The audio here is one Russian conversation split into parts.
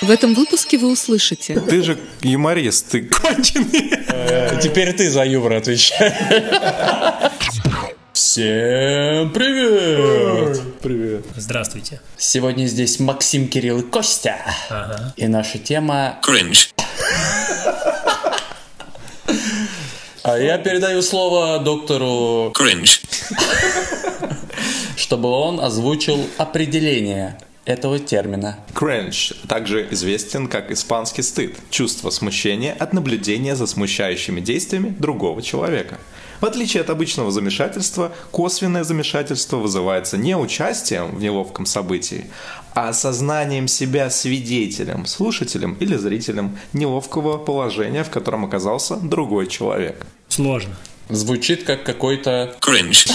В этом выпуске вы услышите Ты же юморист, ты конченый. Теперь ты за юмор отвечай. Всем привет! Привет. Здравствуйте. Сегодня здесь Максим, Кирилл и Костя. И наша тема... Кринж. А я передаю слово доктору, Кринж. чтобы он озвучил определение этого термина. Кренч также известен как испанский стыд, чувство смущения от наблюдения за смущающими действиями другого человека. В отличие от обычного замешательства, косвенное замешательство вызывается не участием в неловком событии, а сознанием себя свидетелем, слушателем или зрителем неловкого положения, в котором оказался другой человек. Сложно. Звучит как какой-то... Кринж.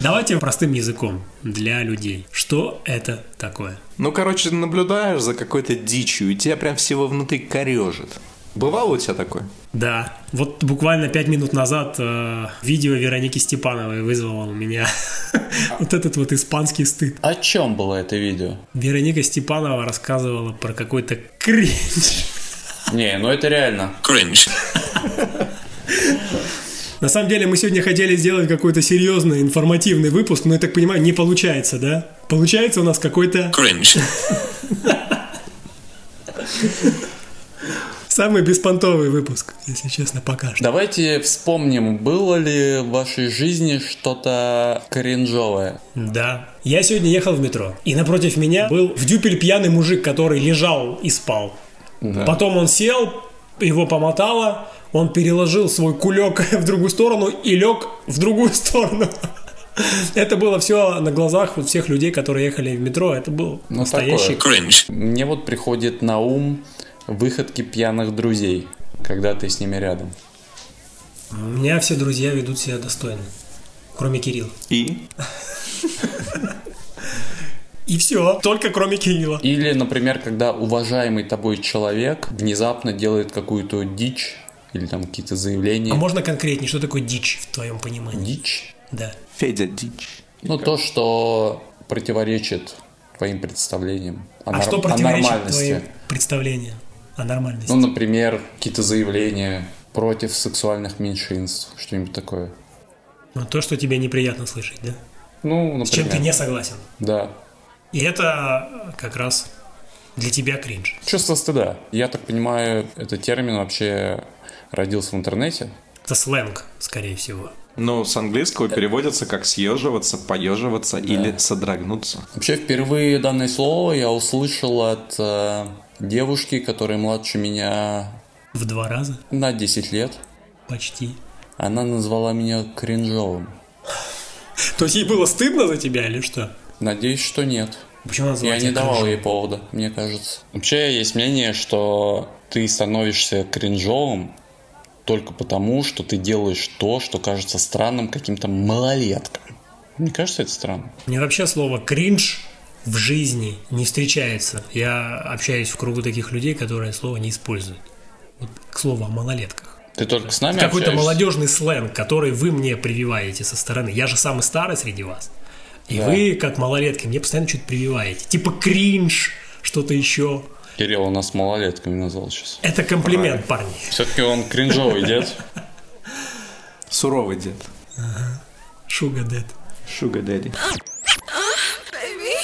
Давайте простым языком для людей. Что это такое? Ну, короче, ты наблюдаешь за какой-то дичью, и тебя прям всего внутри корежит. Бывало у тебя такое? Да, вот буквально пять минут назад э, видео Вероники Степановой вызвало у меня вот этот вот испанский стыд. О чем было это видео? Вероника Степанова рассказывала про какой-то кринж. Не, ну это реально. Кринж. На самом деле мы сегодня хотели сделать какой-то серьезный информативный выпуск, но я так понимаю, не получается, да? Получается у нас какой-то Кринж. самый беспонтовый выпуск, если честно, пока что. Давайте вспомним, было ли в вашей жизни что-то кринжовое. Да. Я сегодня ехал в метро, и напротив меня был в дюпель пьяный мужик, который лежал и спал. Потом он сел, его помотало, он переложил свой кулек в другую сторону и лег в другую сторону. Это было все на глазах у всех людей, которые ехали в метро. Это был Ну, настоящий... такое. Кринж. Мне вот приходит на ум выходки пьяных друзей, когда ты с ними рядом. У меня все друзья ведут себя достойно. Кроме Кирилла. И? И все. Только кроме Кирилла. Или, например, когда уважаемый тобой человек внезапно делает какую-то дичь или там какие-то заявления. А можно конкретнее, что такое дичь в твоем понимании? Дичь. Да. Федя дичь. Ну, то, что противоречит твоим представлениям о, А нор- что о противоречит нормальности. твоим представлениям о нормальности? Ну, например, какие-то заявления против сексуальных меньшинств, что-нибудь такое. Ну, то, что тебе неприятно слышать, да? Ну, например. С чем ты не согласен. Да. И это как раз для тебя кринж. Чувство стыда. Я так понимаю, этот термин вообще родился в интернете. Это сленг, скорее всего. Ну, с английского переводится как съеживаться, поеживаться или содрогнуться. Вообще, впервые данное слово я услышал от э, девушки, которая младше меня В два раза на 10 лет. почти. Она назвала меня кринжовым. То есть ей было стыдно за тебя или что? Надеюсь, что нет. Почему она называет Я не тебя давал кринжом? ей повода, мне кажется. Вообще есть мнение, что ты становишься кринжовым только потому, что ты делаешь то, что кажется странным каким-то малолеткам. Мне кажется, это странно. Мне вообще слово кринж в жизни не встречается. Я общаюсь в кругу таких людей, которые слово не используют. Вот к слову о малолетках. Ты только с нами Какой-то общаешься? молодежный сленг, который вы мне прививаете со стороны. Я же самый старый среди вас. И вы, как малолетки, мне постоянно что-то прививаете. Типа кринж, что-то еще. Кирилл у нас малолетками назвал сейчас. Это комплимент, парни. Все-таки он кринжовый дед. Суровый дед. Шуга дед. Sugar daddy.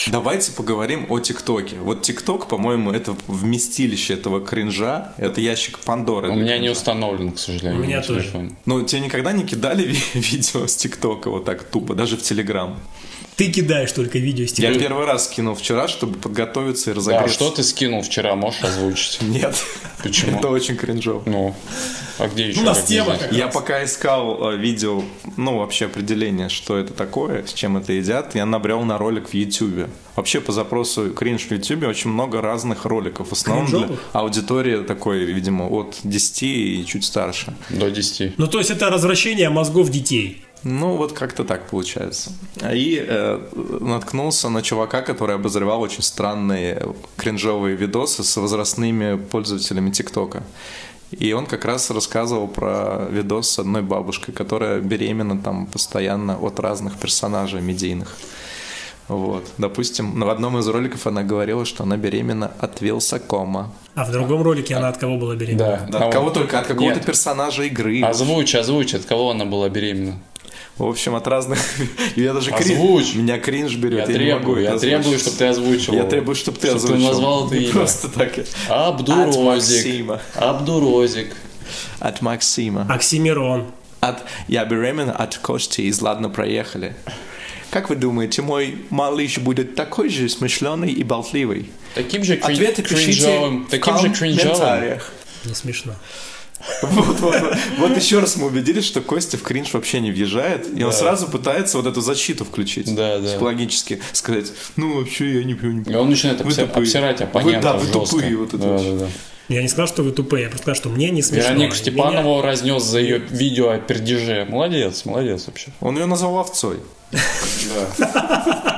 Давайте поговорим о ТикТоке. Вот ТикТок, по-моему, это вместилище этого кринжа. Это ящик Пандоры. У меня не установлен, к сожалению. У меня на тоже. телефоне. Ну, тебе никогда не кидали ви- видео с ТикТока вот так тупо, даже в Телеграм? Ты кидаешь только видео с Я тебя. первый раз кинул вчера, чтобы подготовиться и Да, разогреться. А что ты скинул вчера, можешь озвучить? Нет. Почему? Это очень кринжово. Ну, а где еще? У нас как не тема знать? как Я раз. пока искал э, видео, ну, вообще определение, что это такое, с чем это едят, я набрел на ролик в Ютубе. Вообще, по запросу кринж в Ютубе очень много разных роликов. В основном для Кринжовых? аудитории такой, видимо, от 10 и чуть старше. До 10. Ну, то есть это развращение мозгов детей. Ну, вот как-то так получается. И э, наткнулся на чувака, который обозревал очень странные кринжовые видосы с возрастными пользователями ТикТока. И он как раз рассказывал про видос с одной бабушкой, которая беременна там постоянно от разных персонажей медийных. Вот. Допустим, в одном из роликов она говорила, что она беременна от вилсакома. А в другом ролике она от кого была беременна? Да. Да, от кого только, от какого-то Нет. персонажа игры. А Озвучь, озвучь, от кого она была беременна? В общем, от разных... Я даже Озвучь. кринж... Меня кринж Я, берет, я, не могу требую, это озвучить. я требую, чтобы ты озвучил. Я требую, чтобы ты Чтобы озвучил. ты назвал это имя. Просто так. От Абдурозик. Максима. Абдурозик. От Максима. Оксимирон. От... Я беременна от Кости из «Ладно, проехали». Как вы думаете, мой малыш будет такой же смышленый и болтливый? Таким же крин- Ответы пишите кринжовым. в Таким же кринжовым. комментариях. Не смешно. Вот, вот, вот. Вот еще раз мы убедились, что Костя в кринж вообще не въезжает, и он сразу пытается вот эту защиту включить. Да, да. Психологически. Сказать, ну вообще я не понимаю. И он начинает Вы обси- тупые. обсирать Вы- оппонентов Да, вы жестко. тупые вот это Да, вообще. да, да. Ну, Я не сказал, что вы тупые, я просто сказал, что мне не смешно. Веронику И Степанову разнес за ее видео о пердеже. Молодец, молодец вообще. Он ее назвал овцой.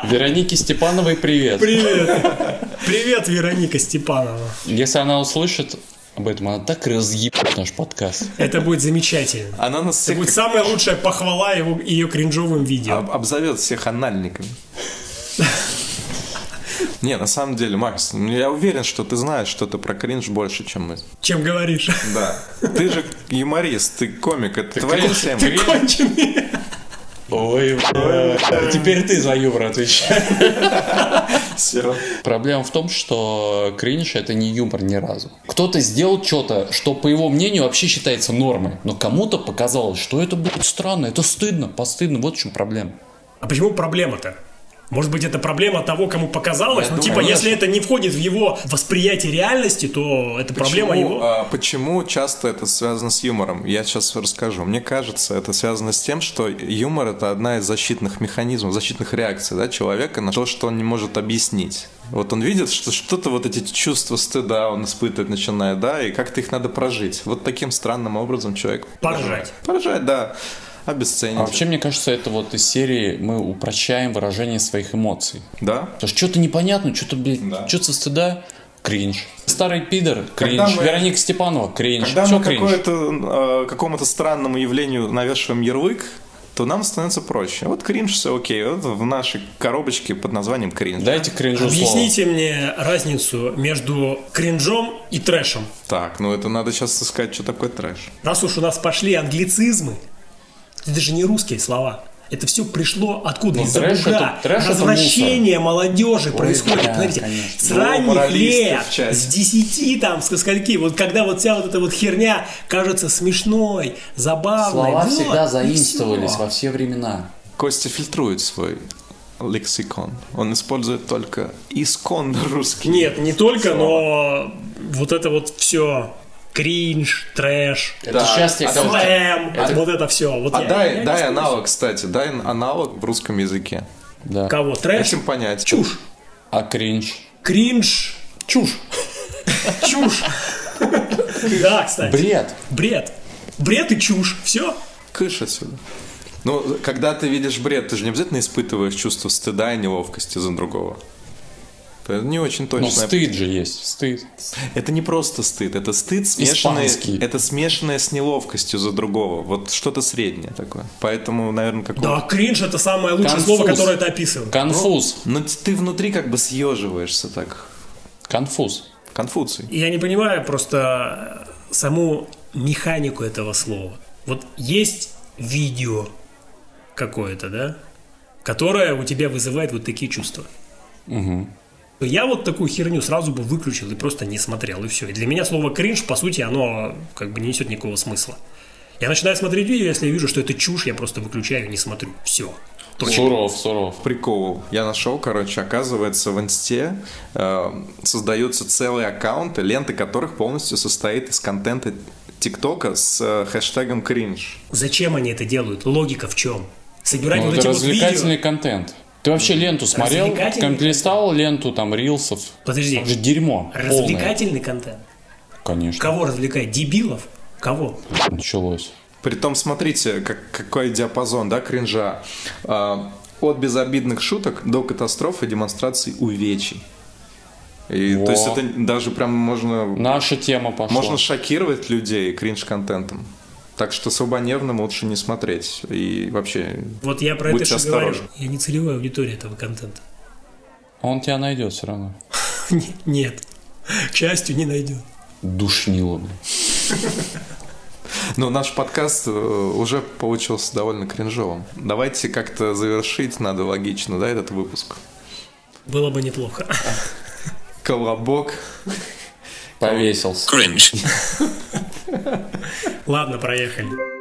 Веронике Степановой привет. меня- Привет! Привет, Вероника Степанова. Если она услышит об этом, она так разъебет наш подкаст. Это будет замечательно. Она нас Это всех будет самая лучшая похвала его, ее кринжовым видео. об- обзовет всех анальниками. Не, на самом деле, Макс, ну, я уверен, что ты знаешь что-то про кринж больше, чем мы. Чем говоришь? Да. Ты же юморист, ты комик, это твоя кринж- тема. Ты конченый. Ой, бля. А Теперь ты за юмор отвечаешь. Всё. Проблема в том, что кринж это не юмор ни разу. Кто-то сделал что-то, что, по его мнению, вообще считается нормой. Но кому-то показалось, что это будет странно, это стыдно, постыдно. Вот в чем проблема. А почему проблема-то? Может быть, это проблема того, кому показалось? Я ну, думаю, типа, конечно. если это не входит в его восприятие реальности, то это проблема Почему, его. а, почему часто это связано с юмором? Я сейчас расскажу. Мне кажется, это связано с тем, что юмор это одна из защитных механизмов, защитных реакций да, человека на то, что он не может объяснить. Вот он видит, что что-то вот эти чувства стыда он испытывает, начинает, да, и как-то их надо прожить. Вот таким странным образом человек... Поржать. Поржать, да. А Обесценить. вообще, мне кажется, это вот из серии мы упрощаем выражение своих эмоций. Да? Потому что что-то непонятно, что-то, блядь, Да. чувство стыда, кринж. Старый пидор, кринж. Когда мы- Вероника Степанова, кринж. Когда Всё мы кринж. какое-то, э, какому-то странному явлению навешиваем ярлык, то нам становится проще. Вот кринж, все окей. Вот в нашей коробочке под названием кринж. Дайте кринжу слово. Объясните мне разницу между кринжом и трэшем. Так, ну это надо сейчас искать, что такое трэш. Раз уж у нас пошли англицизмы, это даже не русские слова. Это все пришло откуда? Ну, Из-за трэш это- бугра. трэш это Развращение молодежи происходит. да, Смотрите, конечно. с Ну, ранних моралисты лет, в чате. с 10 там, со скольки, вот когда вот вся вот эта вот херня кажется смешной, забавной. Слова вот, всегда и заимствовались всё. во все времена. Костя фильтрует свой лексикон. Он использует только исконно русский. Нет, не только, но вот это вот все кринж, трэш, Это счастье, А когда у тебя- слэм, вот это все. Вот А я- я дай, не дай знаю, аналог, кстати, дай аналог в русском языке. Да. Кого? Трэш? Этим понять. Чушь. А кринж? Кринж. Чушь. Чушь. Да, кстати. Бред. Бред. Бред и чушь. Все? Кыш отсюда. Ну, когда ты видишь бред, ты же не обязательно испытываешь чувство стыда и неловкости за другого. Это не очень Ну, точно. стыд же есть. Стыд. Это не просто стыд, это стыд смешанный, Испанский. это смешанное с неловкостью за другого. Вот что-то среднее такое. Поэтому, наверное, какое Да, кринж это самое лучшее Конфуз. слово, которое это описывает. Конфуз. Но т- ты внутри как бы съеживаешься так. Конфуз. Конфуций. Я не понимаю просто э, саму механику этого слова. Вот есть видео какое-то, да, которое у тебя вызывает вот такие чувства. Я вот такую херню сразу бы выключил и просто не смотрел, и все. И для меня слово кринж, по сути, оно как бы не несет никакого смысла. Я начинаю смотреть видео, если я вижу, что это чушь, я просто выключаю и не смотрю. Все. Суров, суров. прикол я нашел, короче, оказывается, в инсте э, создаются целые аккаунты, лента которых полностью состоит из контента ТикТока с э, хэштегом кринж. Зачем они это делают? Логика в чем? Собирать Ну, вот эти это вот видео. развлекательный контент. Ты вообще ленту смотрел? Развлекательный Ком- Листал ленту там рилсов? Подожди. Там же дерьмо. полное. Развлекательный контент. Конечно. Кого развлекает? Дебилов? Кого? Началось. Притом, смотрите, как, какой диапазон, да, кринжа. Э, от безобидных шуток до катастроф и демонстраций увечий. И, Во. то есть это даже прям можно, Наша тема пошла. можно шокировать людей кринж-контентом. Так что слабонервным лучше не смотреть. И вообще Вот я про Будьте это что говорю. осторожны. Я не целевая аудитория этого контента. Он тебя найдет все равно. Н- Нет. К счастью, не найдет. Душнило. блин. Ну, наш подкаст э, уже получился довольно кринжовым. Давайте как-то завершить, надо логично, да, этот выпуск. Было бы неплохо. Колобок. Повесился. Cringe. Ладно, проехали.